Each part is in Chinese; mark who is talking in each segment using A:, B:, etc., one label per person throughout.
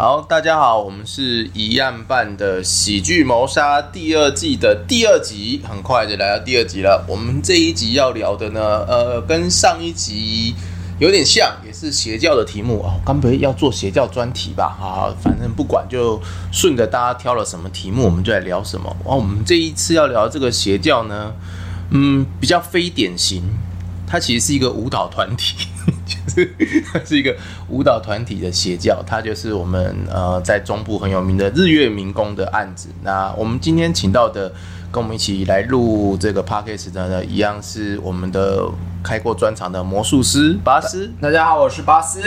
A: 好，大家好，我们是一案办的喜剧谋杀第二季的第二集，很快就来到第二集了。我们这一集要聊的呢，呃，跟上一集有点像，也是邪教的题目哦。刚不会要做邪教专题吧？好，反正不管，就顺着大家挑了什么题目，我们就来聊什么。然、哦、后我们这一次要聊这个邪教呢，嗯，比较非典型，它其实是一个舞蹈团体。 就是它是一个舞蹈团体的邪教，它就是我们呃在中部很有名的日月民工的案子。那我们今天请到的，跟我们一起来录这个 podcast 的呢，一样是我们的开过专场的魔术师巴斯，
B: 大家好，我是巴斯。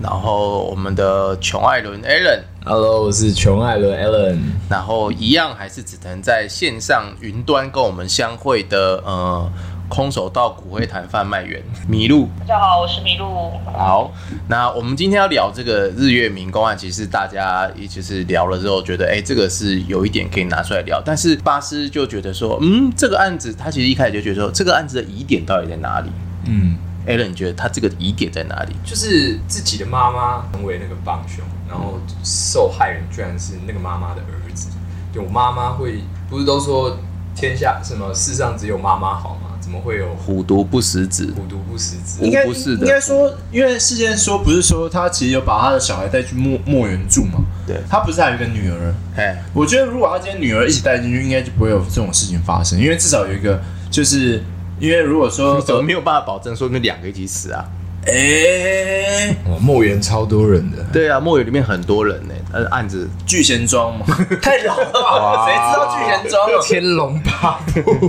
A: 然后我们的琼艾伦 Alan，
C: Hello，我是琼艾伦 Allen。
A: 然后一样还是只能在线上云端跟我们相会的呃空手道骨灰坛贩卖员麋鹿。
D: 大家好，我是麋鹿。
A: 好，那我们今天要聊这个日月明公案，其实大家也就是聊了之后，觉得哎、这个是有一点可以拿出来聊。但是巴斯就觉得说，嗯，这个案子他其实一开始就觉得说，这个案子的疑点到底在哪里
C: 嗯，
A: ？Alan，你觉得他这个疑点在哪里？
B: 就是自己的妈妈成为那个帮凶，然后受害人居然是那个妈妈的儿子。有妈妈会，不是都说天下什么世上只有妈妈好吗？怎么会有
A: 虎毒不食子，
B: 虎毒不食子？
A: 应
C: 应
A: 该
C: 该
A: 不是的
C: 应该说，因为事先说不是说他其实有把他的小孩带去墨墨园住嘛？
A: 对
C: 他不是还有一个女儿？
A: 哎，
C: 我觉得如果他今天女儿一起带进去，应该就不会有这种事情发生，因为至少有一个，就是因为如果说
A: 怎么没有办法保证说那两个一起死啊？
C: 哎、
E: 哇，墓园哦超多人的，
A: 对啊，墨雨里面很多人呢、但是案 子
C: 聚贤 庄 嘛，太老了吧？
E: 哇
C: 谁知道聚贤庄啊？
E: 天龙 八部，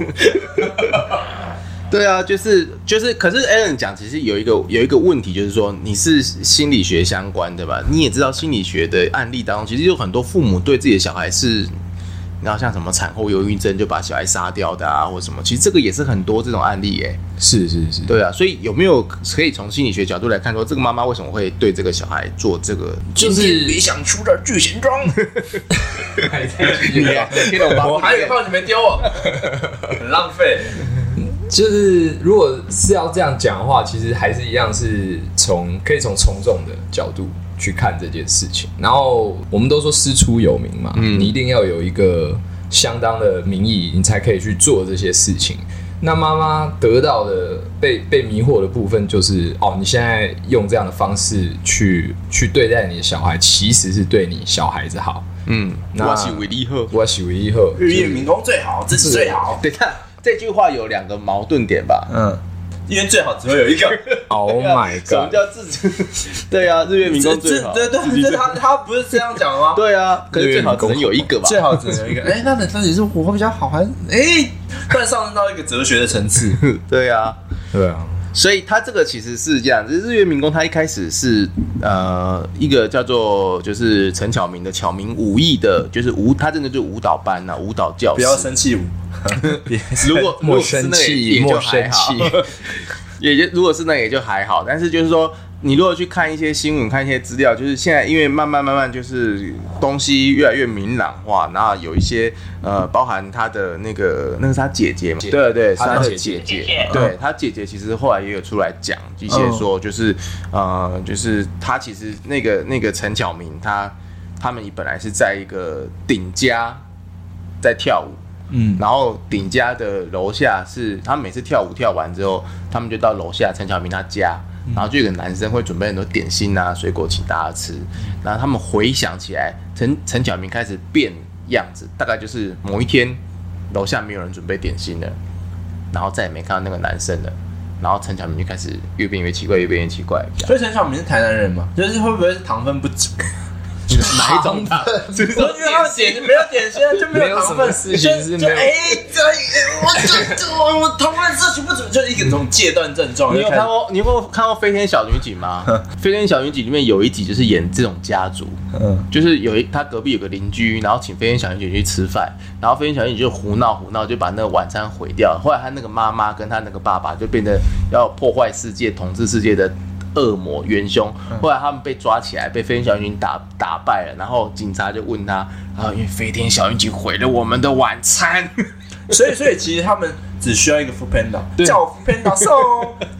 A: 对啊，就是就是，可是 Alan 讲，其实有一个有一个问题，就是说你是心理学相关的吧？你也知道心理学的案例当中，其实有很多父母对自己的小孩是，然后像什么产后忧郁症就把小孩杀掉的啊，或者什么，其实这个也是很多这种案例耶、
E: 是是是，
A: 对啊，所以有没有可以从心理学角度来看说，这个妈妈为什么会对这个小孩做这个？
B: 就是
C: 别想出这聚贤庄，
B: 还在去
E: 啊
A: 天龙八部
C: 我还有放你们丢啊我，
B: 很浪费。就是如果是要这样讲的话，其实还是一样是从可以从从众的角度去看这件事情。然后我们都说师出有名嘛，
C: 嗯
B: 你一定要有一个相当的名义，你才可以去做这些事情。那妈妈得到的被被迷惑的部分就是，哦，你现在用这样的方式去去对待你的小孩，其实是对你小孩子好。
A: 嗯，
B: 那
A: 我是维利赫。
B: 我喜为以后
C: 日月民工最好，自己最好，
A: 等一下，这句话有两个矛盾点吧？
C: 嗯，因为最好只会有一个。
B: ，Oh
A: 对啊
B: my
A: 什么
B: god！
A: 叫自治？对 啊，日月民工最好。
C: 对 对，这他他不是这样讲 吗？
A: 对啊，可是最好只能有一个吧？
C: 最好只能有一个。 哎，那到底是我比较好，还是哎？但上升到一个哲学的层次。
A: 对啊，
E: 对啊，就是
A: 所以他这个其实是这样，就是日月民工他一开始是呃一个叫做就是陈巧明的巧明武艺的，就是舞，他真的就是舞蹈班呐、啊，舞蹈教
C: 不要
A: 室。
C: 生气，别
A: 如果如果
E: 莫
A: 是
E: 生
A: 那个
E: 气
A: 也就
E: 莫
A: 还
E: 生
A: 好
E: 气，
A: 也就如果是那也就还好，但是就是说，你如果去看一些新闻、看一些资料，就是现在因为慢慢慢慢就是东西越来越明朗化，然后有一些呃，包含他的那个那个是他姐姐嘛，对对，是
B: 他的
A: 他的
B: 姐
A: 姐
B: 姐
A: 姐
D: 姐姐，
E: 嗯
A: 对他姐姐其实后来也有出来讲一些说，就是呃，就是他其实那个那个陈晓明他他们本来是在一个顶家在跳舞，
C: 嗯，
A: 然后顶家的楼下是他们每次跳舞跳完之后，他们就到楼下陈小明他家，然后就有个男生会准备很多点心啊、水果请大家吃。然后他们回想起来，陈陈小明开始变样子，大概就是某一天楼下没有人准备点心了，然后再也没看到那个男生了。然后陈小明就开始越变越奇怪，越变越奇怪。这样
C: 所以陈小明是台南人嘛，就是会不会是糖分不足？
A: 哪一种打？是不是
C: 我觉得他们点没有点心就没有糖 分，哎，这我这我我糖分摄取不足，就是一个这种戒断症状。
A: 你有看过？你有没有看过《飞天小女警》吗？《飞天小女警》里面有一集就是演这种家族，
C: 嗯，
A: 就是有一他隔壁有个邻居，然后请飞天小女警去吃饭，然后飞天小女警就胡闹胡闹，就把那个晚餐毁掉了。后来他那个妈妈跟他那个爸爸就变成要破坏世界、统治世界的恶魔元凶。后来他们被抓起来，被飞天小女警打打败了，然后警察就问他，啊，因为飞天小女警毁了我们的晚餐。
C: 所以所以其实他们只需要一个 Food Panda，叫我 Food Panda 送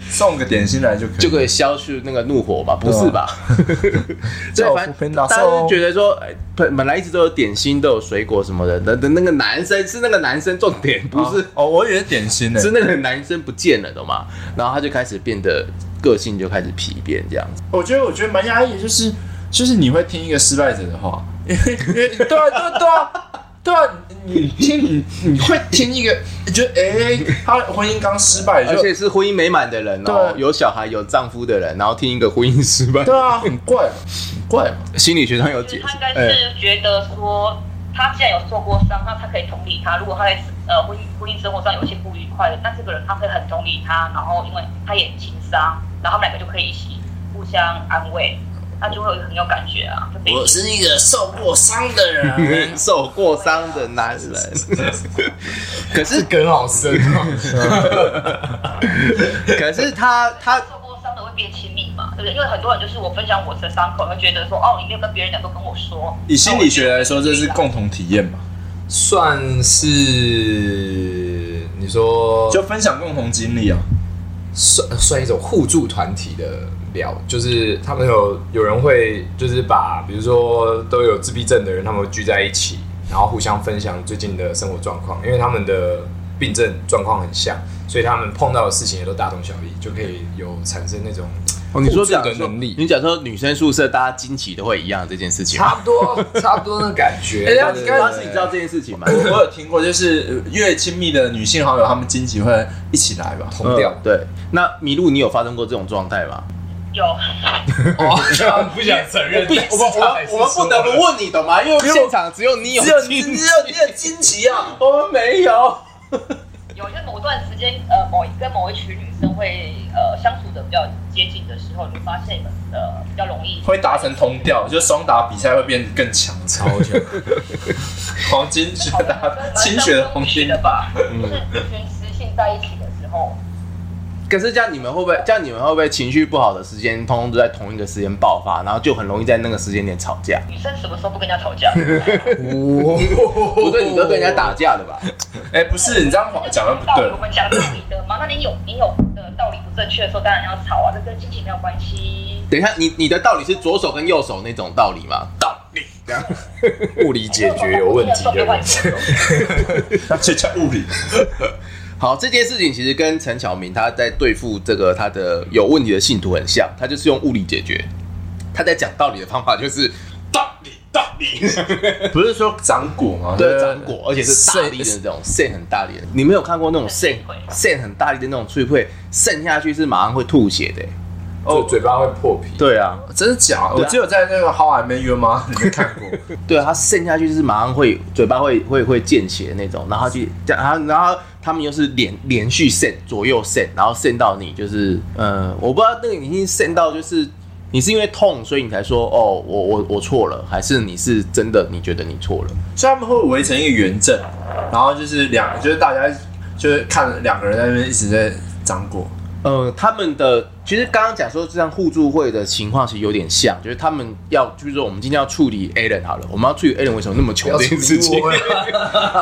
C: 送个点心来就可以，
A: 就可以消去那个怒火吧？不是吧？所以反正大家就觉得说，哎本本来一直都有点心，都有水果什么的，等等那个男生是那个男生重点，不是
C: 哦，我以为是点心呢。
A: 是那个男生不见了，懂吗？然后他就开始变得个性就开始疲变这样子。
C: 我觉得我觉得蛮压抑，就是就是你会听一个失败者的话，因为因为对啊对啊对啊对啊，你听你你会听一个，你觉得哎、他婚姻刚失败
A: 而
C: 就
A: 且是婚姻美满的人哦，
C: 对
A: 有小孩有丈夫的人，然后听一个婚姻失败，
C: 对啊，很怪嘛，很怪嘛。
A: 心理学上有
D: 其
A: 解
D: 实他
A: 释
D: 应。该是觉得说，他既然有受过伤，那他可以同理他。如果他在呃婚姻婚姻生活上有一些不愉快的，那这个人他会很同理他，然后因为他也情商，然后他们两个就可以一起互相安慰，他就会很有感觉啊。就被
C: 我是一个受过伤的人，
A: 哎受过伤的男人，可是
B: 梗好深
C: 哦
E: 啊
A: 可是他他
D: 受过伤的会变亲密嘛，对不对？因为很多人就是我分享我的伤口，会觉得说哦，你没有跟别人讲，都跟我说。
C: 以心理学来说，这是共同体验嘛，
B: 算是你说
C: 就分享共同经历啊。
B: 算算一种互助团体的聊，就是他们有有人会就是把比如说都有自闭症的人，他们会聚在一起，然后互相分享最近的生活状况，因为他们的病症状况很像，所以他们碰到的事情也都大同小异，就可以有产生那种
A: 哦，你说
B: 互助
A: 讲
B: 的
A: 说
B: 能力，
A: 你讲说女生宿舍大家惊奇都会一样这件事情吗，
B: 差不多差不多的感 觉。
C: 哎呀
B: 对
C: 你
B: 对
C: 刚
A: 当
C: 刚
A: 时
B: 对
A: 你知道这件事情吗？
C: 我我有听过，就是呃越亲密的女性好友，她们惊奇会一起来吧。
B: 同调
A: 嗯 对，那麋鹿，你有发生过这种状态吗？
D: 有，
B: 哦，不想承认
A: 不，嗯我们我们我们不得不问你，懂吗？因为现场只有你有
C: 只有你
A: 惊
C: 只
A: 奇，
C: 有你有惊奇啊！
A: 我们没有。
D: 有些某段时间，呃，某一跟某一群女生会呃相处的比较接近的时候，你会发现呃比较容易
C: 会达成同调，就双打比赛会变得更强，超强。黄金学打清血的黄金
D: 的吧？就是
C: 嗯
D: 一群雌性在一起的时候，
A: 可是这样你们会不会？这样你们会不会情绪不好的时间，通通都在同一个时间爆发，然后就很容易在那个时间点吵架？
D: 女生什么时候不跟人家吵架？
A: 不对，你都跟人家打架了吧？
C: 哎、不 是你这样讲的不
D: 道
C: 对
D: 理，我。们讲道理的嘛。那你有你有的道理不正确的时候，当然要吵啊，这跟经济没有关系。
A: 等一下，你你的道理是左手跟右手那种道理吗？道理这 样。
B: 物理解决有问题的人，
C: 那这叫物理。
A: 好，这件事情其实跟陈晓明他在对付这个他的有问题的信徒很像，他就是用物理解决。他在讲道理的方法就是道理，道理，
C: 不是说长果吗？
A: 对，掌果，而且是大力的那种，线很大力的。你没有看过那种线
D: 脆皮
A: 线很大力的那种脆配，渗下去是马上会吐血的欸。
B: 就嘴巴会破皮。
A: 对啊，
C: 哦真的假的？我只有在那个《How I Met You》吗？你没看过？
A: 对啊，它渗下去是马上会嘴巴会会会溅血那种，然后就这样，然后然后他们又是连连续渗左右渗，然后渗到你就是呃，我不知道那个你已经渗到就是你是因为痛所以你才说哦我我我错了，还是你是真的你觉得你错了？
C: 所以他们会围成一个圆阵，然后就是两，就是大家就是看两个人在那边一直在长 果。
A: 呃，他们的其实刚刚讲说这样互助会的情况其实有点像，就是他们要就是说我们今天要处理 a l n 好了，我们要处理 a l n 为什么那么穷这件事情，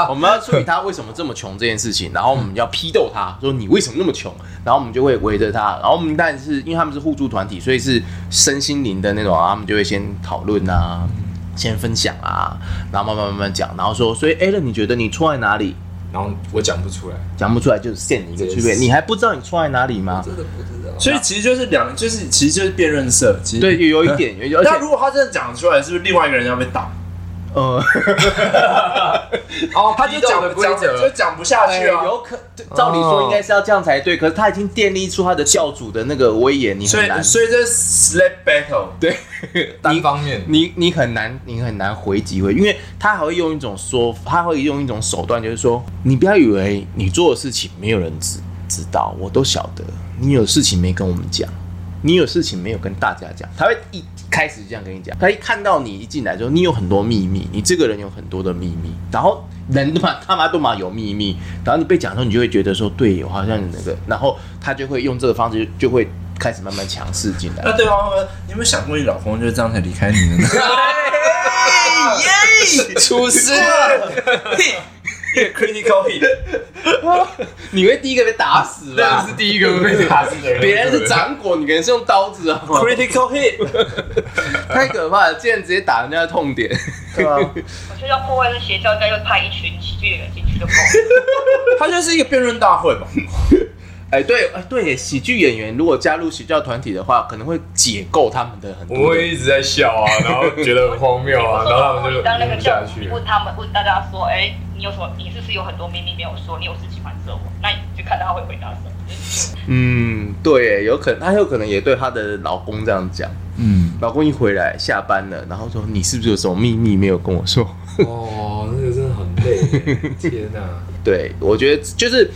A: 我们要处理他为什么这么穷这件事情，然后我们要批斗他说你为什么那么穷，然后我们就会围着他，然后我们但是因为他们是互助团体，所以是身心灵的那种，然后他们就会先讨论啊，先分享啊，然后慢慢慢慢讲，然后说所以 a l n 你觉得你错在哪里？
B: 然后我讲不出来，
A: 讲不出来就是陷你一个区别，你还不知道你错在哪里吗？
B: 真的不知道。
C: 所以其实就是两，就是其实就是辩论社。其实
A: 对，有有一点，有一点，而且
C: 那如果他真的讲出来，是不是另外一个人要被打？
A: 呃，
B: 哦，他
C: 他就讲不讲就讲不下去啊。
A: 有可照理说应该是要这样才对，可是他已经建立出他的教主的那个威严，你
C: 所
A: 很
C: 以
A: 难，
C: 所以这是 slap battle
A: 对，
B: 单方面
A: 你你很难，你很难回击回，因为他还会用一种说，他会用一种手段，就是说，你不要以为你做的事情没有人知知道，我都晓得，你有事情没跟我们讲，你有事情没有跟大家讲，他会一开始就这样跟你讲，他一看到你一进来之后，你有很多秘密，你这个人有很多的秘密，然后人嘛他妈都嘛有秘密，然后你被讲的时候，你就会觉得说，对，我好像你那个，然后他就会用这个方式就会开始慢慢强势进来
C: 那。对方会问你有没有想过你老公就是这样才离开 哎你的呢？
B: 出事，一个 critical hit，
A: 你会第一个被打 死
B: 那
A: 吧
B: 你？是第一个被打死的 人。
A: 别人是掌果，你可能是用刀子 啊，
B: critical hit，
A: 太可怕了！竟然直接打人家的痛点，
C: 对啊，
D: 我觉得要破坏这邪教，应该就派一群喜剧演员进去就够了。
C: 他就是一个辩论大会吧？
A: 哎，对，哎对耶，喜剧演员如果加入喜教团体的话，可能会解构他们的很
B: 我
A: 多的
B: 们一直在笑 啊，然后觉得很荒谬啊，然后他们就
D: 当那个
B: 晕下
D: 教主
B: 去了。
D: 问他们问大家说，哎，你有什么？你是不是有很多秘密没有说？你有事情瞒着我？那你就看他会回答什么。
A: 嗯，对耶，有可能，她有可能也对她的老公这样讲。
E: 嗯，
A: 老公一回来下班了，然后说你是不是有什么秘密没有跟我说？
B: 哦，那个真的很 累，天哪！
A: 对，我觉得就是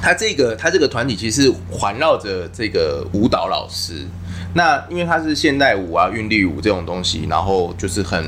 A: 他这个他这个团体其实环绕着这个舞蹈老师。那因为他是现代舞啊、韵律舞这种东西，然后就是很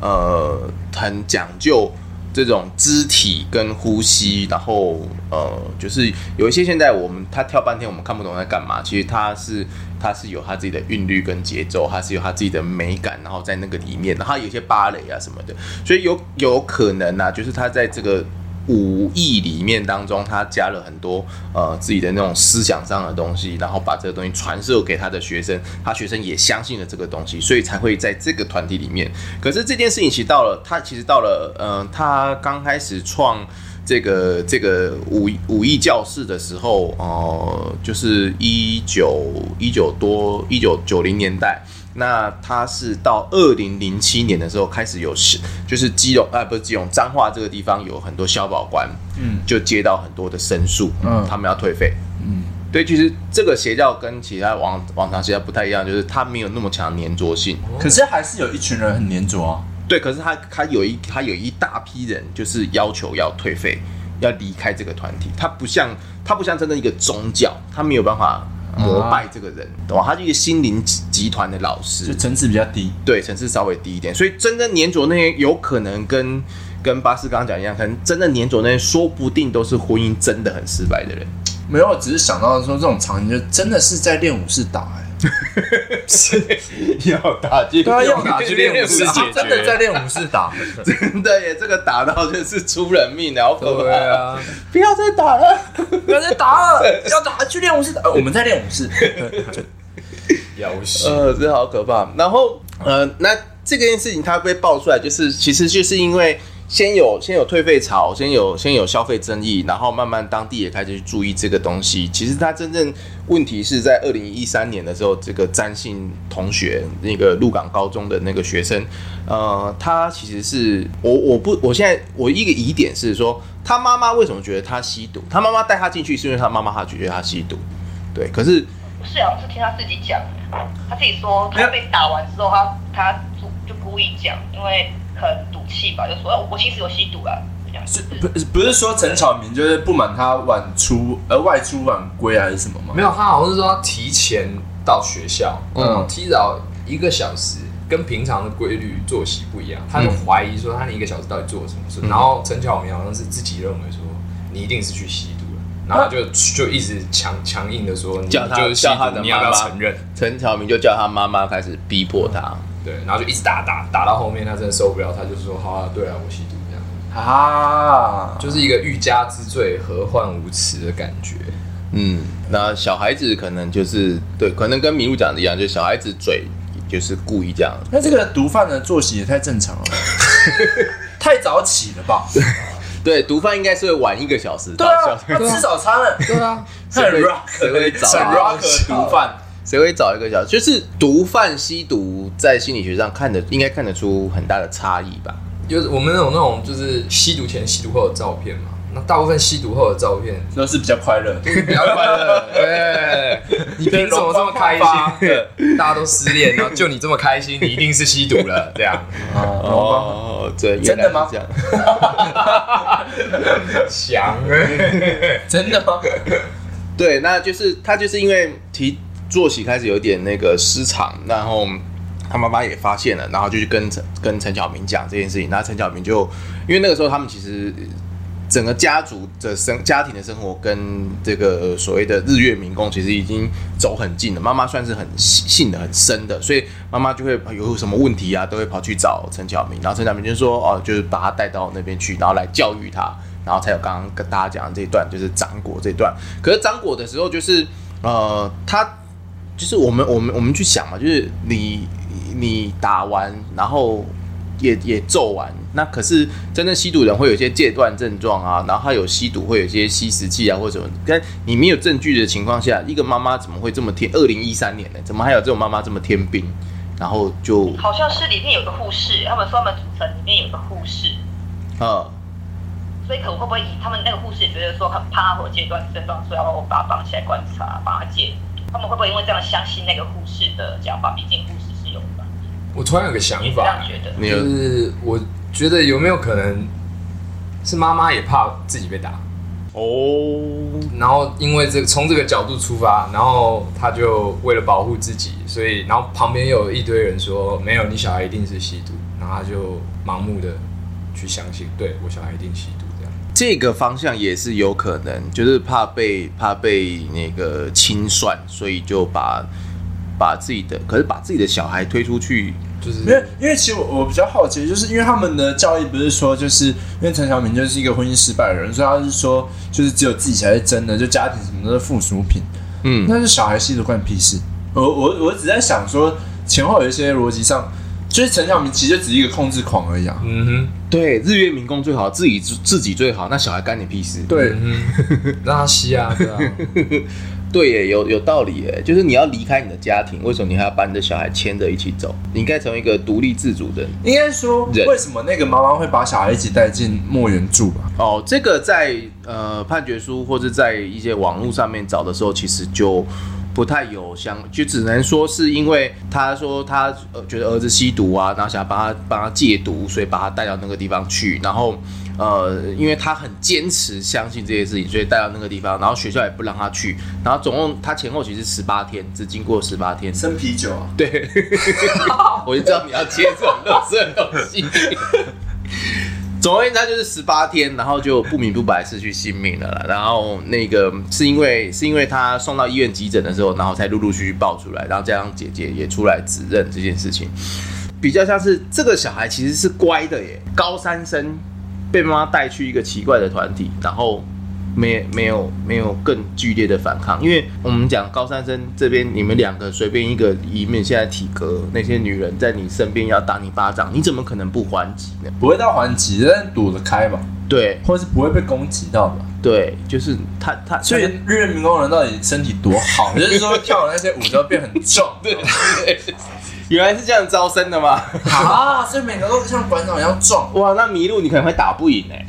A: 呃很讲究这种肢体跟呼吸，然后呃就是有一些现代舞我们他跳半天我们看不懂在干嘛，其实他是他是有他自己的韵律跟节奏，他是有他自己的美感，然后在那个里面，然后它有一些芭蕾啊什么的，所以有有可能啊，就是他在这个武艺里面当中，他加了很多呃自己的那种思想上的东西，然后把这个东西传授给他的学生，他学生也相信了这个东西，所以才会在这个团体里面。可是这件事情其实到了他其实到了呃他刚开始创。这个这个武武艺教室的时候，呃，就是一九一九多一九九零年代，那他是到二零零七年的时候开始有是，就是基隆啊、不是基隆彰化这个地方有很多消保官，
C: 嗯，
A: 就接到很多的申诉，
E: 嗯
A: 他们要退费，
E: 嗯，
A: 对，其实这个邪教跟其他往往常邪教不太一样，就是它没有那么强的粘着性，
C: 可是还是有一群人很粘着啊。
A: 对，可是他他有一他有一大批人就是要求要退费，要离开这个团体。他不像他不像真的一个宗教，他没有办法膜
E: 啊
A: 拜这个人，懂吗？他是一个心灵集集团的老
C: 就
A: 师，
C: 层次比较低。
A: 对层次稍微低一点，所以真正粘着那些有可能跟跟巴斯刚刚讲一样，可能真正粘着那些说不定都是婚姻真的很失败 的人。
C: 没有，我只是想到说这种场景就真的是在练武室打哎、
E: 要打进
C: 对啊，要打去练武室
B: 解决
C: 啊真的在练武室打，
A: 真的耶，这个打到就是出人命了，好可怕！
B: 对啊，
A: 不要再打了。
C: 不要再打了，要打去练武室打。呃我们在练武室，
B: 要死！
A: 呃，这好可怕。然后呃，那这件事情它被爆出来，就是其实就是因为先有先有退费潮，先有先有消费争议，然后慢慢当地也开始去注意这个东西。其实它真正问题是在二零一三年的时候，这个詹姓同学，那个鹿港高中的那个学生，呃，他其实是我我不我现在我一个疑点是说，他妈妈为什么觉得他吸毒？他妈妈带他进去是因为他妈妈他觉得他吸毒，对，可是。
D: 不是啊，我是听他自己讲，他自己说他被打完之后，他他就就故意讲，因为可能赌气吧，就说、哦我其实有吸毒了，这样
C: 是
D: 子。
C: 不是不是说陈巧明就是不满他晚出呃外出晚归还是什么吗？
B: 没有，他好像是说他提前到学校，
C: 嗯
B: 嗯，提早一个小时，跟平常的规律作息不一样，他就怀疑说他那一个小时到底做了什么事。然后陈巧明好像是自己认为说你一定是去吸毒了，然后他就、就一直强强硬的说你
A: 叫他
B: 就是吸
A: 叫他
B: 毒，
A: 的
B: 你要不要
A: 妈妈
B: 承认？
A: 陈乔明就叫他妈妈开始逼迫他。
B: 对，然后就一直打打打到后面他真的受不了，他就说好啊，对啊，我吸毒这样，
C: 啊，
B: 就是一个欲加之罪何患无辞的感觉。
A: 嗯，那小孩子可能就是对，可能跟麋鹿讲的一样，就小孩子嘴就是故意这样。
C: 那这个毒贩的作息也太正常了， 太早起了吧？
A: 对，毒贩应该是会晚一个小时
C: 对
A: 到校
C: 啊，
A: 园，
C: 他吃早餐了，
B: 对啊，
C: 很 rock，
A: 谁会早
C: 很
A: 啊
C: rock 的毒贩。
A: 谁会早一个小时？就是毒贩吸毒在心理学上看的，应该看得出很大的差异吧？
B: 就是我们那种那种就是吸毒前、吸毒后的照片嘛。那大部分吸毒后的照片
C: 都是比较快 乐，
B: 就是比较快乐， 对，你凭什么这么开
C: 发
B: 心？大家都失恋，然后就你这么开心，你一定是吸毒了，这 样
C: 啊
A: 哦，对，
C: 真的吗
A: 原来是
B: 强
C: 真的吗？
A: 这样对，那就是他就是因为提作息开始有点那个失常，然后他妈妈也发现了，然后就去跟陈跟陈晓明讲这件事情。那陈晓明就因为那个时候他们其实呃整个家族的生家庭的生活跟这个所谓的日月民工其实已经走很近了。妈妈算是很信信的很深的，所以妈妈就会哎有什么问题啊，都会跑去找陈晓明。然后陈晓明就说哦，就是把他带到那边去，然后来教育他。然后才有刚刚跟大家讲的这一段，就是掌果这一段。可是掌果的时候，就是呃，他就是我们我们我们去想嘛，就是你你打完，然后也也揍完，那可是真正吸毒人会有一些戒断症状啊，然后他有吸毒会有一些吸食器啊或者什么，但你没有证据的情况下，一个妈妈怎么会这么天？二零一三年呢、怎么还有这种妈妈这么天兵？然后就
D: 好像是里面有个护士，他们说他们组成里面有个护士，
A: 呃，
D: 所以可能会不会以他们那个护士也觉得说很怕他会有戒断症状，所以要我把他绑起来观察，把他戒。他们会不会因为这样相信那个护士的讲法？毕竟护士是有的，
B: 我突然有个想
D: 你这
B: 法
D: 样，觉得？
A: 你
B: 就
A: 有
B: 是我觉得有没有可能是妈妈也怕自己被打，
A: 哦，
B: 然后因为这个从这个角度出发，然后他就为了保护自己，所以然后旁边又有一堆人说没有，你小孩一定是吸毒，然后他就盲目的去相信，对我小孩一定吸毒这样。
A: 这个方向也是有可能，就是怕被怕被那个清算，所以就把把自己的，可是把自己的小孩推出去，
B: 就是
C: 因为因为其实我我比较好奇，就是因为他们的教育不是说，就是因为陈小明就是一个婚姻失败的人，所以他是说，就是只有自己才是真的，就家庭什么都是附属品。
A: 嗯，
C: 但是小孩吸毒关你屁事？我我我只在想说，前后有一些逻辑上，就是陈小明其实就只是一个控制狂而已啊。
B: 嗯哼。
A: 对，日月民工最好，自己自己最好，那小孩干你屁事？
C: 对，
B: 嗯，让他吸啊，对啊，
A: 对耶，有有道理耶，就是你要离开你的家庭，为什么你还要把你的小孩牵着一起走？你应该成为一个独立自主的人。
C: 应该说，
A: 人
C: 为什么那个妈妈会把小孩一起带进墨园住吧？
A: 哦，这个在呃判决书或者在一些网络上面找的时候，其实就不太有相，就只能说是因为他说他呃觉得儿子吸毒啊，然后想要帮他帮他戒毒，所以把他带到那个地方去，然后呃，因为他很坚持相信这些事情，所以带到那个地方，然后学校也不让他去，然后总共他前后其实十八天，只经过十八天，
C: 生啤酒啊，
A: 对， 我就知道你要接这种垃圾的东西。 总而言之，他就是十八天，然后就不明不白失去性命了啦。然后那个是因为是因为他送到医院急诊的时候，然后才陆陆续续爆出来，然后加上姐姐也出来指认这件事情，比较像是这个小孩其实是乖的耶，高三生被妈妈带去一个奇怪的团体，然后没没有没有更剧烈的反抗，因为我们讲高三生这边，你们两个随便一个以免现在体格那些女人在你身边要打你巴掌，你怎么可能不还击呢？
C: 不会到还击，但是躲得开吧，
A: 对
C: 或者是不会被攻击到吧。对，
A: 就是他他
C: 所以日月民工人到底身体多好？就是说跳的那些舞都变很重
A: 原来是这样招生的吗？
C: 啊，所以每个都像馆长一样壮。
A: 哇，那麋鹿你可能会打不赢哎、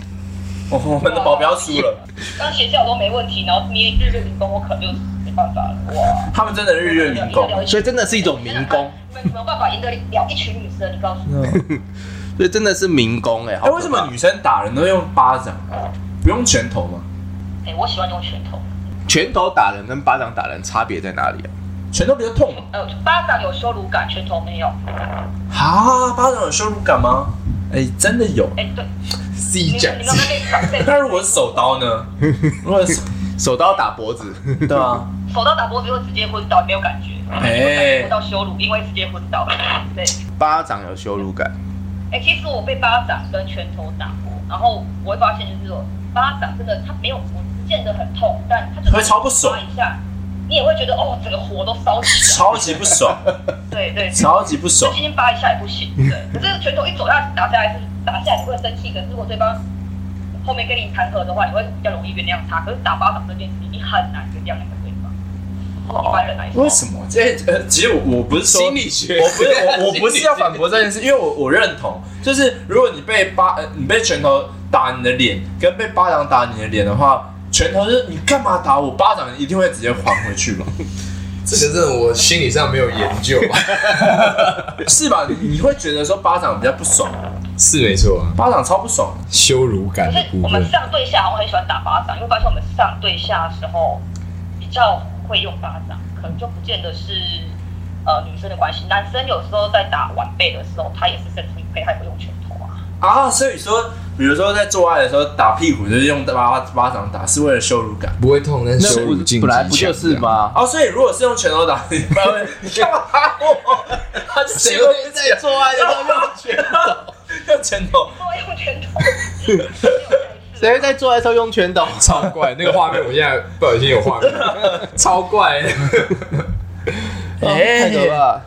C: 我我们的保镖输了，
D: 当学校都没问题，然后你日日民工，我可能就没办法了。哇，
C: 他们真的日月民工。
A: 所以真的是一种民工，
D: 你们没有办法赢得了一群女生，你告诉我。
A: 所以真的是民工哎、好可
C: 哎，
A: 怕
C: 为什么女生打人都用巴掌，啊不用拳头吗？
D: 哎、我喜欢用拳头，
A: 拳头打人跟巴掌打人差别在哪里啊？
C: 拳头比较痛嘛。
D: 呃，巴掌有羞辱感，拳头没有。
C: 啊，巴掌有羞辱感吗？哎，真的有。
D: 哎、对，
B: 自
D: 你
B: 己讲
D: 们你们 那边长辈，
C: 那如果是手刀呢？如果是手
A: 手刀打脖子，
C: 对啊，
D: 手到打脖子会直接昏倒，没有感觉，
C: 哎
D: 感觉到羞辱，因为直接昏倒。对，
A: 巴掌有羞辱感。
D: 哎、其实我被巴掌跟拳头打过，然后我会发现就是说，巴掌真的它没有，我不见得很痛，但它就是
C: 会超不爽
D: 抓一下，你也会觉得哦，整个火都烧起来。
C: 超级不爽，
D: 对对，
C: 超级不爽
D: 轻。轻扒一下也不行。 对，可是拳头一走下打下来是打下来你会生气，可是如果对方后面跟你弹劾的话，你会比较容易原谅他。可是打巴掌这件事情，你很难原谅那个对方。一般人来说，
C: 为什么？这呃，其实我我不是说
A: 心理学
C: 我不是我我不是要反驳这件事，因为我我认同，就是如果你被巴呃你被拳头打你的脸，跟被巴掌打你的脸的话，拳头就是你干嘛打我，巴掌一定会直接还回去吧，
B: 这个真的我心理上没有研究，
C: 是吧？你你会觉得说巴掌比较不爽，
B: 是没错啊，
C: 巴掌超不爽，
B: 羞辱感
D: 可
B: 的
D: 是
B: 部
D: 我们
B: 分。
D: 上对下，我很喜欢打巴掌，因为发现我们上对下的时候比较会用巴掌，可能就不见得是呃女生的关系。男生有时候在打晚辈的时候，他也是伸出一配，他也会用拳头啊。
C: 啊，所以说，比如说在做爱的时候打屁股，就是用巴巴掌打，是为了羞辱感。
B: 不会痛，但羞辱
A: 不
B: 劲
A: 本来不就是？吗？
C: 哦，所以如果是用拳头打，你不要问你 干嘛打我？ 他谁会
A: 在做爱的时候用拳头？
C: 用拳头？
D: 我用拳头，没有再次
A: 谁在做爱时候用拳头？哦
B: 超怪，那个画面我现在不小心有画面，超怪。
A: 太可怕了。哎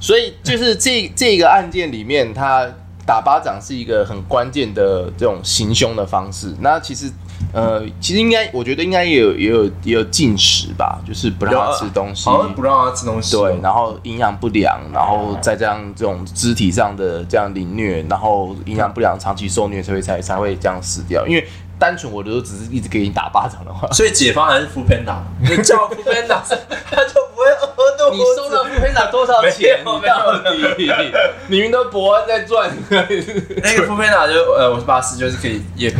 A: 所以就是这这个案件里面，他打巴掌是一个很关键的这种行凶的方式。那其实呃，其实应该我觉得应该也有也有也有禁食吧，就是不让他吃东西。
C: 好像不让他吃东西。
A: 对，然后营养不良，然后再这样这种肢体上的这样凌虐，然后营养不良长期受虐，所以才才会这样死掉。因为单纯我都只是一直给你打巴掌的 话，
C: 所以解放还是 f 偏 panda，
B: 你叫 f u 打，
C: 他就不会饿肚子。
A: 你收了陪打多少钱？你到底你们的伯恩在赚，
C: 那个 f 偏 panda 就呃，我是巴士，就是可以也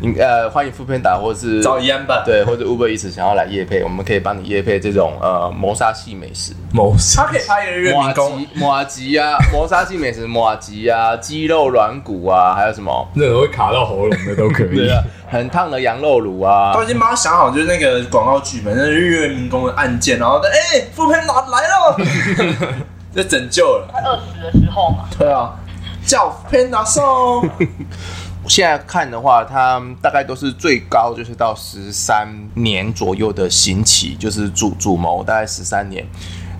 A: 你呃欢迎副片打，或是
C: 找一样吧。，
A: 对，或者 Uber 一直想要来夜配，我们可以帮你夜配这种呃谋杀系美食，
B: 谋
C: 他
B: 杀
C: 可以拍一个月
A: 马
C: 民工
A: 吉马吉啊，谋杀系美食马吉啊，鸡肉软骨啊，还有什么？
B: 那种会卡到喉咙的都可以
A: 对。啊，很烫的羊肉炉啊
C: 都，已经帮他想好，就是那个广告剧本，那是日月民工的案件，然后在哎，副片拿来了， 就拯救了。
D: 快饿死的时候嘛，
C: 对啊，叫 panda 送，
A: 现在看的话，它大概都是最高就是到十三年左右的刑期，就是主主谋大概十三年。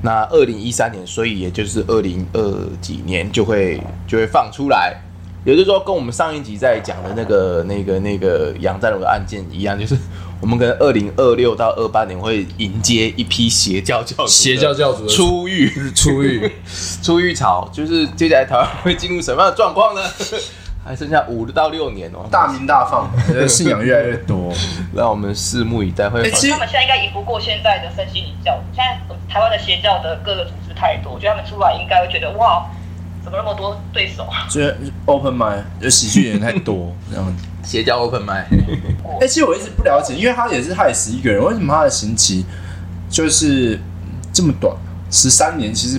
A: 那二零一三年，所以也就是二零二几年就会就会放出来。也就是说，跟我们上一集在讲的那个、那个、那个杨占龙的案件一样，就是我们可能二零二六到二八年会迎接一批邪教教徒的
B: 邪教教主的
A: 出狱，
B: 出狱，
A: 出狱潮，就是接下来台湾会进入什么样的状况呢？ 还剩下五到六年哦，
C: 大名大 放，
E: 我觉得信仰越来越多，
A: 让我们拭目以待。会
C: 哎
A: 发
C: 其实
D: 他们现在应该赢不过现在的身心灵教育。现在台湾的邪教的各个组织太多，我觉得他们出来应该会觉得哇，怎么那么多对手？啊
C: 就是 open mind，就喜剧 演员太嗯多这样子。
A: 邪教 open m i
C: 哎、其实我一直不了解，因为他也是害死一个人，为什么他的刑期就是这么短，十三年其实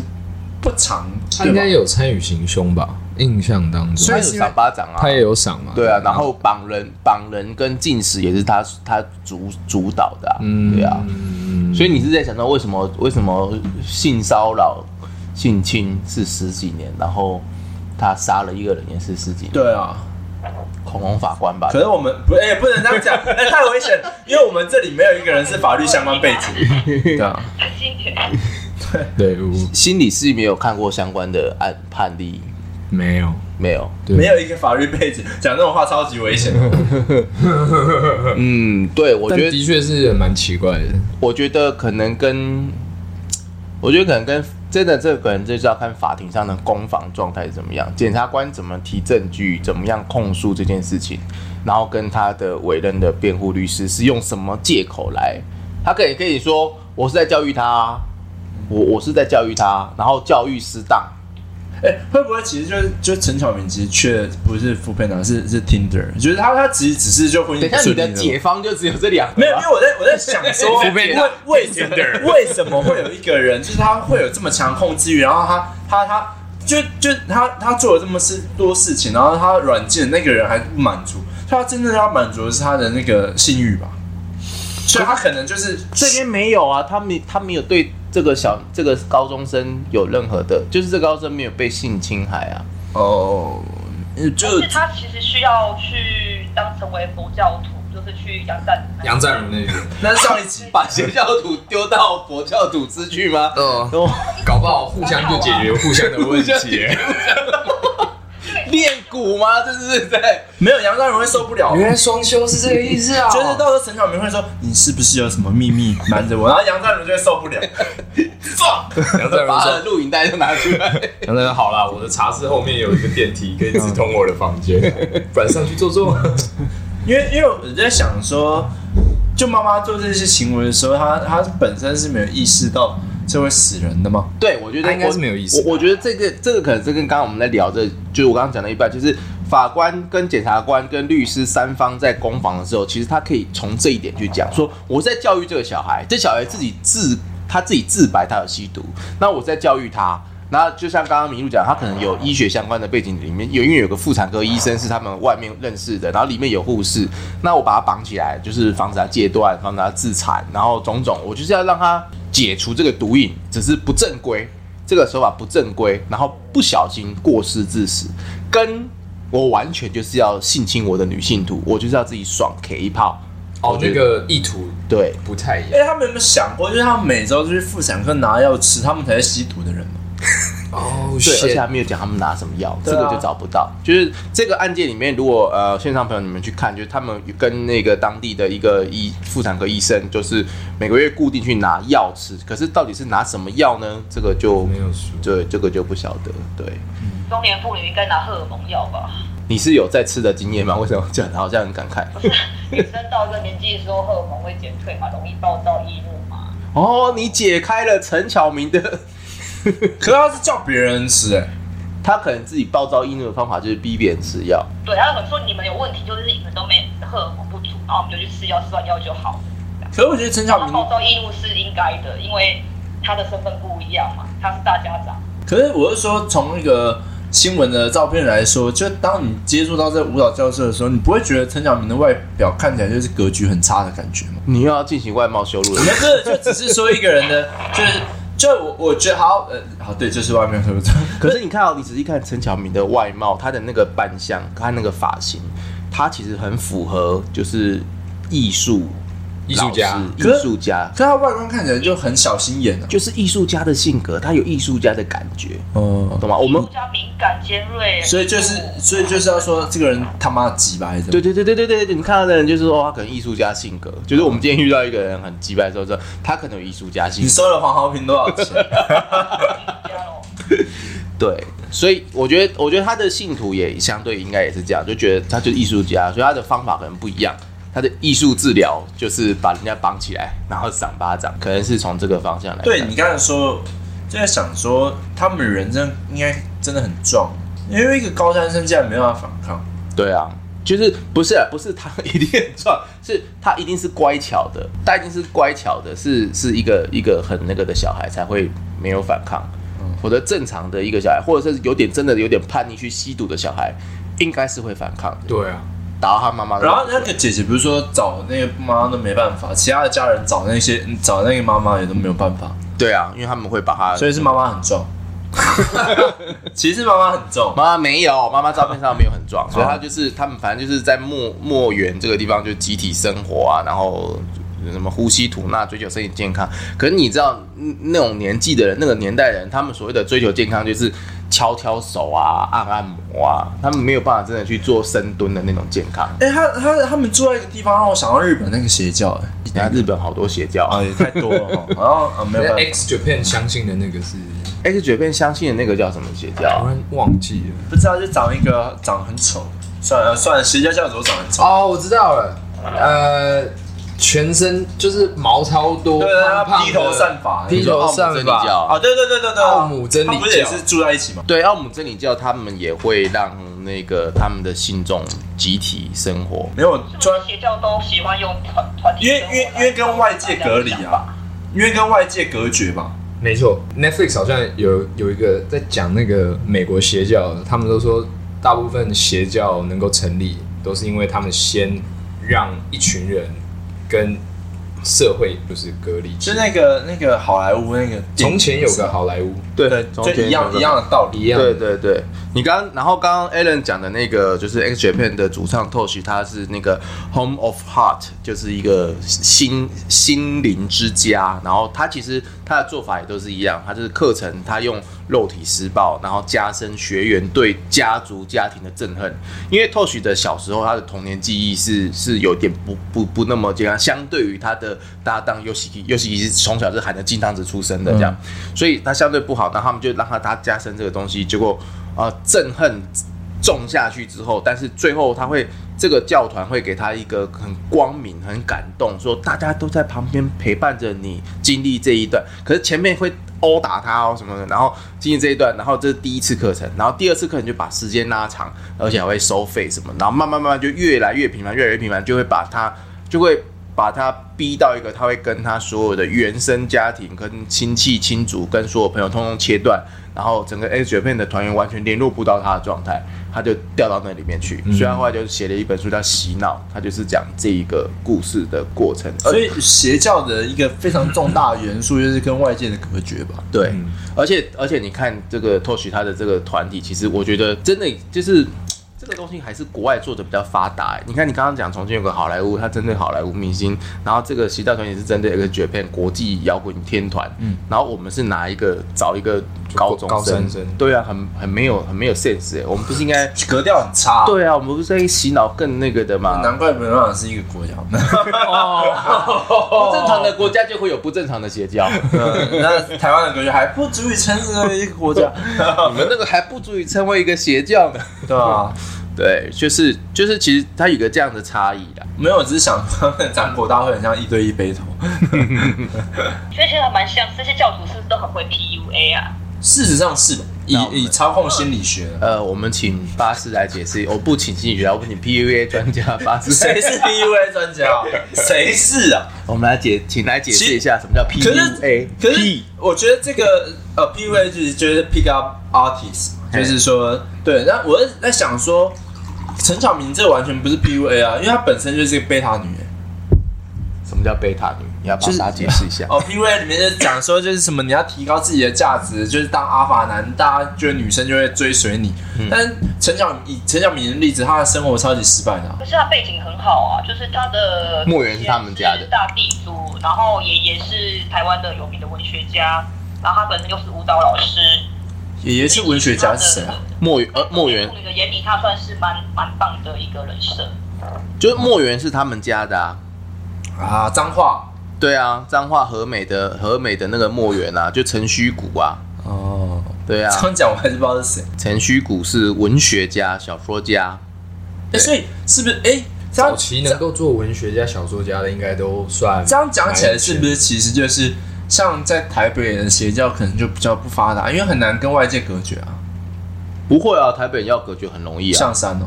C: 不长，
B: 他
C: 对
B: 应
C: 吧
B: 该？有参与行凶吧？印象当中，
C: 所
A: 他
C: 以
A: 有赏巴掌啊
B: 他，也有赏嘛？
A: 对啊，然后绑人绑人跟进食也是他他主主导的、啊，
B: 嗯，
A: 对啊，所以你是在想到为什么为什么性骚扰、性侵是十几年，然后他杀了一个人也是十几年，
C: 对啊，
A: 恐龙法官吧
C: 可？是我们不，哎、不能这样讲，哎、太危险，因为我们这里没有一个人是法律相关背景，对 啊，
D: 很经典。
B: 对，我
A: 心理是没有看过相关的案判例，
B: 没有，
A: 没有。
B: 对
C: 没有一个法律背景，讲这种话超级危险。
A: 嗯，对，我
B: 但
A: 觉得
B: 的确是蛮奇怪的。
A: 我觉得可能跟，我觉得可能跟真的这个人就是要看法庭上的攻防状态是怎么样，检察官怎么提证据，怎么样控诉这件事情，然后跟他的委任的辩护律师是用什么借口来，他可以跟你说我是在教育他啊，我我是在教育他，然后教育失当，
C: 哎、会不会其实就是就是陈巧明其实缺的不是副片长，是是 Tinder，就是他他其实只是就婚姻
A: 等一
C: 不
A: 下你
C: 顺利
A: 的
C: 了
A: 解方就只有这两个吧，啊
C: 没有，因为我在我在想说，为为什么 为什么会有一个人，就是他会有这么强控制欲，然后他他他就就他他做了这么事多事情，然后他软禁的那个人还不满足，所以他真正要满足的是他的那个性欲吧，所以他可能就是
A: 这边没有啊，他没他没有对这个小这个高中生有任何的，就是这个高中生没有被性侵害啊。
C: 哦，就
D: 但是他其实需要去当成为佛教徒，就是去杨赞
B: 杨占如那个，
C: 那是上一集
A: 把邪教徒丢到佛教徒之去吗？
B: 嗯，
A: 哦，
B: 搞不好互相就解决互相的问 题。
A: 练蛊吗？这是在
C: 没有杨大荣会受不了。
B: 来双修是这个意思啊
C: 就是到时候陈巧明会说你是不是有什么秘密瞒着我，然后杨赞如就会受不了。
B: 杨占如
A: 把他
B: 说
A: 的录影带都拿出来。
B: 杨振好啦，我的茶室后面有一个电梯，可以直通我的房 间，不然上去坐坐。
C: 因为因为我在想说，就妈妈做这些行为的时候，她她本身是没有意识到这会死人的吗？
A: 对，我觉得
B: 他应该
A: 我
B: 是没有意思
A: 我我觉得这个这个可能是跟刚刚我们在聊这，就是我刚刚讲的一半，就是法官跟检察官跟律师三方在攻防的时候，其实他可以从这一点去讲，说我在教育这个小孩，这小孩自己自他自己自白他有吸毒，那我在教育他。那就像刚刚麋鹿讲，他可能有医学相关的背景，里面有因为有个妇产科医生是他们外面认识的，然后里面有护士，那我把他绑起来，就是防止他戒断，防止他自残，然后种种，我就是要让他解除这个毒瘾，只是不正规，这个手法不正规，然后不小心过失致死，跟我完全就是要性侵我的女性徒，我就是要自己爽 K 一炮。
B: 哦，那个意图
A: 对，
B: 不太一
C: 哎、
B: 样。
C: 他们有没有想过，就是他们每周就去妇产科拿药吃，他们才是吸毒的人吗？
B: 哦，
A: 对，而且还没有讲他们拿什么药，这
C: 啊
A: 个就找不到。就是这个案件里面，如果呃线上朋友你们去看，就是他们跟那个当地的一个医妇产科医生，就是每个月固定去拿药吃，可是到底是拿什么药呢？这个就
E: 没有说
A: 对，这个就不晓得。对，
D: 中年妇女应该拿荷尔蒙药 吧？
A: 你是有在吃的经验吗？为什么讲的好像很感慨？
D: 女生到一个年纪的时候，荷尔蒙会减退嘛，容易暴躁易怒嘛。
A: 哦，你解开了陈巧明的，
C: 可是他是叫别人吃、哎，
A: 他可能自己暴躁易怒的方法就是逼别人吃药。
D: 对，他们说你们有问题，就是你们都没荷尔蒙不足，然后我们就去吃药，吃完药就好了。
C: 可是我觉得陈
D: 他
C: 小明，
D: 暴躁易怒是应该的，因为他的身份不一样嘛，他是大家长。
C: 可是我是说，从那个新闻的照片来说，就当你接触到这舞蹈教室的时候，你不会觉得陈小明的外表看起来就是格局很差的感觉吗？
A: 你又要进行外貌羞辱了
C: 你？们这就只是说一个人的，就是就我我觉得好呃好对，就是外面是不是？
A: 可是你看哦，你仔细看陈巧明的外貌，她的那个扮相，她那个发型，她其实很符合就是艺术
B: 艺术家
A: 老师
C: 可
A: 艺
C: 是
A: 术家
C: 可是他外观看起来就很小心眼啊。
A: 就是艺术家的性格，他有艺术家的感觉，
C: 哦，
A: 懂吗？我们
B: 嗯
D: 比较敏感尖锐，
C: 所以就是所以就是要说这个人他妈鸡巴还是怎么
A: 对？对对对对对对，你看到的人就是说哦他可能艺术家性格，就是我们今天遇到一个人很鸡掰的时候，说他可能有艺术家性
C: 你
A: 格，
C: 收了黄豪平多少钱？
D: 这样 哦
A: 对，所以我觉得，我觉得他的信徒也相对应该也是这样，就觉得他就是艺术家，所以他的方法可能不一样。他的艺术治疗就是把人家绑起来，然后赏巴掌，可能是从这个方向来看。
C: 对你刚才说，就在想说他们人真的应该真的很壮，因为一个高三生竟然没办法反抗。
A: 对啊，就是不是啊不是他一定很壮，是他一定是乖巧的，他一定是乖巧的，是是一个一个很那个的小孩才会没有反抗，否则正常的一个小孩，或者是有点真的有点叛逆去吸毒的小孩，应该是会反抗的，
B: 对啊，
A: 打到他妈妈的
C: 然
A: 脑
C: 后
A: 袋。
C: 那个姐姐不是说找那个妈都没办法，其他的家人找那些找那个妈妈也都没有办法，
A: 对啊，因为他们会把他
C: 所以是妈妈很重。其实妈妈很重，
A: 妈妈没有，妈妈照片上没有很壮，所以她就是他们反正就是在墨墨园这个地方就集体生活啊，然后什么呼吸吐纳，追求身体健康。可是你知道嗯那种年纪的人，那个年代人，他们所谓的追求健康就是敲敲手啊、按按摩啊，他们没有办法真的去做深蹲的那种健康。
C: 哎、他他他们住在一个地方，让我想到日本那个邪教、哎，
A: 人家日本好多邪教
C: 啊，也太多了 哈。然后啊，没有办
B: 那
C: 法，
B: X Japan 相信的那个是，
A: ，X 九片相信的那个叫什么邪教
B: 突
A: 啊？
B: 然忘记了。
C: 不知道就长一个长得很丑，算了呃算了，邪教教主都长得很丑。
B: 哦，我知道了，呃，全身就是毛超多，
C: 对对对
B: 哦胖胖的
C: 披头散发
B: 披头散
A: 你说奥姆真理
B: 发，
A: 教
C: 啊，对对对对对，
B: 奥姆真理教
C: 他不是也是住在一起吗？
A: 对，奥姆真理教他们也会让那个他们的信众集体生活。
C: 没有，我
D: 是
C: 突
D: 不
C: 然
D: 是邪教都喜欢用团团体
C: 因为
D: 生活
C: 因为因为跟外界隔离啊，因为跟外界隔绝吧。
B: 没错，Netflix 好像有有一个在讲那个美国邪教的，他们都说大部分邪教能够成立，都是因为他们先让一群人跟社会就是隔离起
C: 就
B: 来。
C: 那个那个好莱坞那个电影
B: 从前有个好莱坞
A: 对
C: 对，
A: 从
C: 就
A: 前
C: 一样
A: 有
C: 一样的道理。
B: 一样，
A: 对对对，你刚然后刚刚 Alan 讲的那个就是 X Japan 的主唱 Tosh，他是那个 Home of Heart，就是一个心心灵之家。然后他其实他的做法也都是一样，他就是课程他用肉体施暴，然后加深学员对家族家庭的憎恨。因为 Tosh 的小时候他的童年记忆是是有点不不不那么健康，相对于他的搭档 y o s h i y o s h i 是从小是含着金汤匙出生的这样。所以他相对不好，然后他们就让他他加深这个东西，结果呃憎恨种下去之后，但是最后他会这个教团会给他一个很光明、很感动，说大家都在旁边陪伴着你经历这一段，可是前面会殴打他哦什么的，然后经历这一段，然后这是第一次课程，然后第二次课程就把时间拉长，而且还会收费什么，然后慢慢慢慢就越来越频繁，越来越频繁，就会把他就会把他逼到一个他会跟他所有的原生家庭、跟亲戚、亲族、跟所有朋友通通切断，然后整个 X 九片的团员完全联络不到他的状态，他就掉到那里面去。所以他后来就写了一本书叫《洗脑》，他就是讲这一个故事的过程。
C: 所以邪教的一个非常重大的元素就是跟外界的隔绝吧。
A: 对，而且而且你看这个 Tosh 他的这个团体，其实我觉得真的就是这这个东西还是国外做的比较发达欸。你看，你刚刚讲重庆有个好莱坞，它针对好莱坞明星，然后这个西大团也是针对一个 Japan 国际摇滚天团，嗯，然后我们是拿一个找一个高中
B: 高中
A: 生
B: 生
A: 对啊，很很没有很没有 sense 欸我们不是应该
C: 格调很差，
A: 对啊，我们不是在洗脑更那个的 吗？
C: 难怪没办法是一个国家。
A: 哦不正常的国家就会有不正常的邪 教，
C: 嗯那台湾的格局还不足以称之为一个 国家，
A: 你们那个还不足以成为一个邪教呢。
C: 对啊，
A: 对，就是就是，其实它有个这样的差异啦。
C: 没有，我只是想他们展国大会很像一对一 battle。
D: 所以其实还蛮像，这些教主是不是都很会 PUA 啊？
C: 事实上是吧以
A: 那我们
C: 以操控心理学 的，
A: 呃，我们请巴士来解释，我不请心理学家，我们请 PUA 专家巴士。
C: 谁是 PUA 专家？谁是啊？
A: 我们来解，请来解释一下什么叫
C: 可是
A: PUA。
C: 可是我觉得这个呃 PUA 就是就是 pick up artist，
A: 嘿
C: 就是说对。那我是在想说，陈晓明这完全不是 PUA 啊，因为她本身就是一个贝塔女欸。
A: 什么叫贝塔女？你要帮大家解释一下。
C: 哦，PUA 里面就是讲说，就是什么你要提高自己的价值，就是当阿法男，大家觉得女生就会追随你。但陈晓以陈晓明的例子，他的生活超级失败的啊、
D: 可是他背景很好啊，就是他的
A: 墓园是他们家的
D: 爷爷是大地主，然后爷爷是台湾的有名的文学家，然后他本身又是舞蹈老师。
C: 爷爷是文学家是谁啊？
A: 墨园，呃，墨园
D: 妇女的眼里，他算是蛮蛮棒的一个人设。
A: 就是墨园是他们家的啊。
C: 啊，脏话
A: 对啊，彰化和美的和美的那个墨园啊，就陈虚谷啊。
C: 哦。
A: 对啊，
C: 这样讲我还是不知道是谁。
A: 陈虚谷是文学家、小说家，
C: 哎、所以是不是哎、这样
B: 早期能够做文学家、小说家的，应该都算
C: 这样讲起来，是不是其实就是像在台北的邪教可能就比较不发达，因为很难跟外界隔绝啊。
A: 不会啊，台北人要隔绝很容易啊，
C: 上山哦，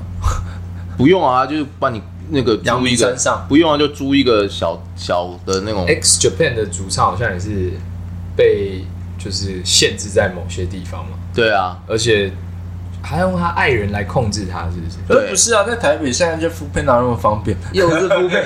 A: 不用啊，就是帮你那个
C: 阳
A: 租
C: 明
A: 一
C: 山
A: 个，
C: 上
A: 不用啊，就租一个小小的那种
C: 哎
B: X Japan 的主唱好像也是被就是限制在某些地方嘛，
A: 对啊，
B: 而且还用他爱人来控制他，是不是？
C: 可是不是啊，在台北现在就付配哪那么方便？
A: 又是不配。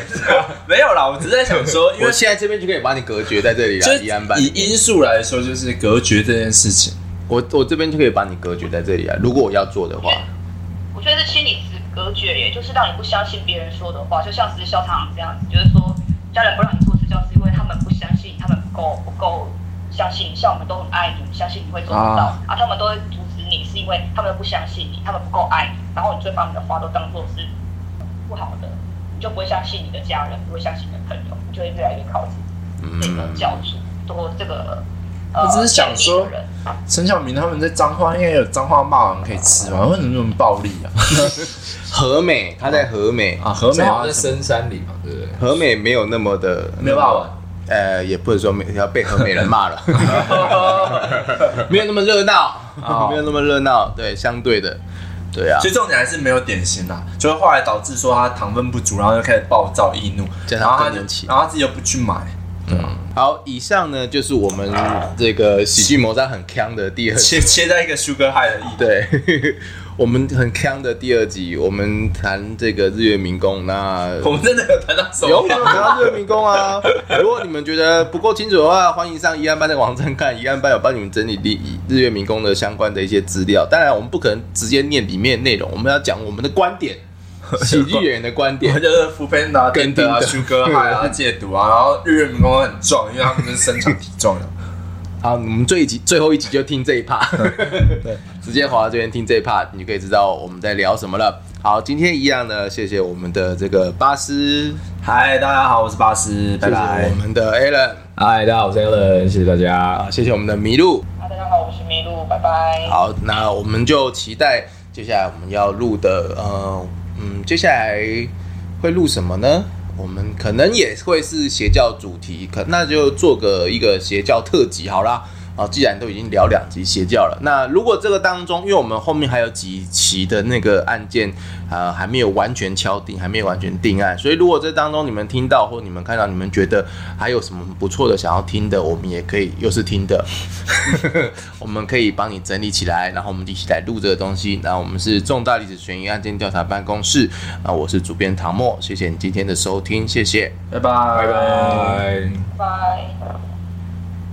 C: 没有啦，我只是在想说，因为
A: 我现在这边就可以把你隔绝在这里
C: 就
A: 了，
C: 是
A: 宜安版
C: 以
A: 里面。
C: 因素来说，就是隔绝这件事情。
A: 我我这边就可以把你隔绝在这里啊。如果我要做的话，
D: 我觉得是心理是隔绝耶，就是让你不相信别人说的话，就像是校长这样子，就是说家人不让你做私教，是因为他们不相信，他们不够不够相信你。像我们都很爱你，相信你会做得到，啊，他们都会阻止你，是因为他们不相信你，他们不够爱你，然后你就会把你的话都当做是不好的，你就不会相信你的家人，不会相信你的朋友，你就会越来越靠近这个
A: 嗯，
D: 教主或这个。呃
C: 我只是想
D: 神
C: 说
D: 秘的人
C: 陈晓明他们在彰化应该有彰化骂人可以吃吧？为什么那么暴力啊？
A: 和美，他在和美，
C: 啊，和美
B: 正
C: 好
B: 好
C: 像
B: 在
C: 是
B: 深山里嘛，对不对？
A: 和美没有那么的
C: 没有办啊法玩。
A: 呃，也不能说没要被和美人骂 了，没有那么热闹，
C: 哦
A: 没有那么热闹，对，相对的，对啊
C: 所，以重点还是没有点心啦，就是后来导致说他糖分不足，然后就开始暴躁易怒，
A: 加
C: 然
A: 上
C: 后他
A: 更
C: 就
A: 年期
C: 然后他自己又不去买，
A: 好，以上呢就是我们这个喜剧谋杀很强的第二集，
C: 切切在一个 sugar high 的意。
A: 对， 我们很强的第二集，我们谈这个日月民工，那
C: 我们真的有谈到手
A: 有
C: 游
A: 没有谈到这个迷宫啊？如果你们觉得不够清楚的话，欢迎上一案班的网站看，一案班有帮你们整理日日月迷宫的相关的一些资料。当然，我们不可能直接念里面内容，我们要讲我们的观点，喜剧演员的观
C: 我
A: 点。
C: 就是福芬达、
A: 跟
C: 跟德啊、
A: 丁的
C: sugar high 啊、戒毒啊，然后日月民工很壮，因为他们是身强体壮的。
A: 好，我们最一集最后一集就听这一趴，直接滑到这边听这一趴，你就可以知道我们在聊什么了。好，今天一样呢，谢谢我们的这个巴斯，
C: 嗨，大家好，我是巴斯，拜
A: 谢谢
C: 拜
A: 我。们的 Alan
B: 嗨，大家好，我是 Alan，谢谢大家，
A: 啊，谢谢我们的麋鹿。
D: 啊，大家好，我是麋鹿，拜拜。
A: 好，那我们就期待接下来我们要录的，呃，嗯，接下来会录什么呢？我们可能也会是邪教主题，可那就做个一个邪教特辑好啦。啊，既然都已经聊两集邪教了，那如果这个当中，因为我们后面还有几期的那个案件，呃，还没有完全敲定，还没有完全定案，所以如果这当中你们听到或你们看到，你们觉得还有什么不错的想要听的，我们也可以又是听的，我们可以帮你整理起来，然后我们一起来录这个东西。那我们是重大历史悬疑案件调查办公室，啊，我是主编唐默，谢谢你今天的收听，谢谢。
C: 拜拜，拜
B: 拜。拜。
D: 拜拜。